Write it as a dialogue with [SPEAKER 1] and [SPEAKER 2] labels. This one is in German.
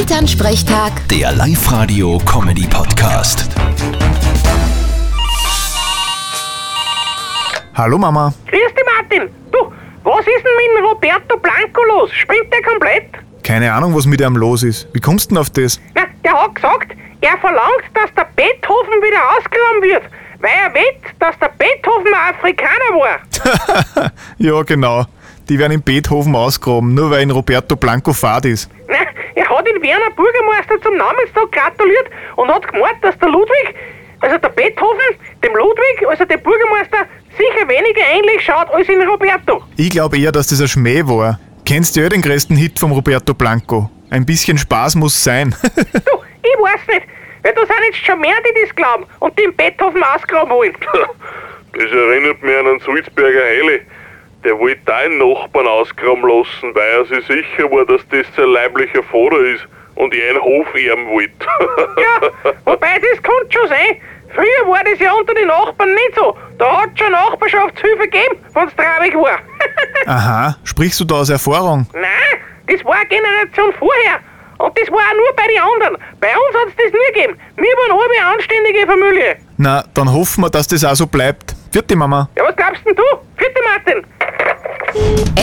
[SPEAKER 1] Elternsprechtag,
[SPEAKER 2] Der Live-Radio-Comedy-Podcast.
[SPEAKER 3] Hallo Mama.
[SPEAKER 4] Grüß dich, Martin. Du, was ist denn mit dem Roberto Blanco los? Spinnt der komplett?
[SPEAKER 3] Keine Ahnung, was mit einem los ist. Wie kommst denn auf das?
[SPEAKER 4] Na, der hat gesagt, er verlangt, dass der Beethoven wieder ausgenommen wird, weil er wett, dass der Beethoven ein Afrikaner war.
[SPEAKER 3] Ja, genau. Die werden in Beethoven ausgraben, nur weil in Roberto Blanco fad ist.
[SPEAKER 4] Na, er hat den Werner Bürgermeister zum Namenstag gratuliert und hat gemeint, dass der Ludwig, also der Beethoven, dem Ludwig, also dem Bürgermeister, sicher weniger ähnlich schaut als in Roberto.
[SPEAKER 3] Ich glaube eher, dass das ein Schmäh war. Kennst du ja den größten Hit vom Roberto Blanco? Ein bisschen Spaß muss sein.
[SPEAKER 4] Du, ich weiß nicht, weil da sind jetzt schon mehr, die das glauben und den Beethoven ausgraben wollen.
[SPEAKER 5] Das erinnert mich an einen Sulzberger Helle. Der wollte deinen Nachbarn ausgraben lassen, weil er sich sicher war, dass das sein leiblicher Vater ist und ihn einen Hof erben wollte.
[SPEAKER 4] Ja, wobei das kann schon sein. Früher war das ja unter den Nachbarn nicht so. Da hat schon Nachbarschaftshilfe gegeben, wenn's traurig war.
[SPEAKER 3] Aha, sprichst du da aus Erfahrung?
[SPEAKER 4] Nein, das war eine Generation vorher. Und das war auch nur bei den anderen. Bei uns hat's das nie gegeben. Wir waren alle eine anständige Familie.
[SPEAKER 3] Na, dann hoffen wir, dass das auch so bleibt. Vierte Mama.
[SPEAKER 4] Ja, was glaubst denn du? Vierte Martin.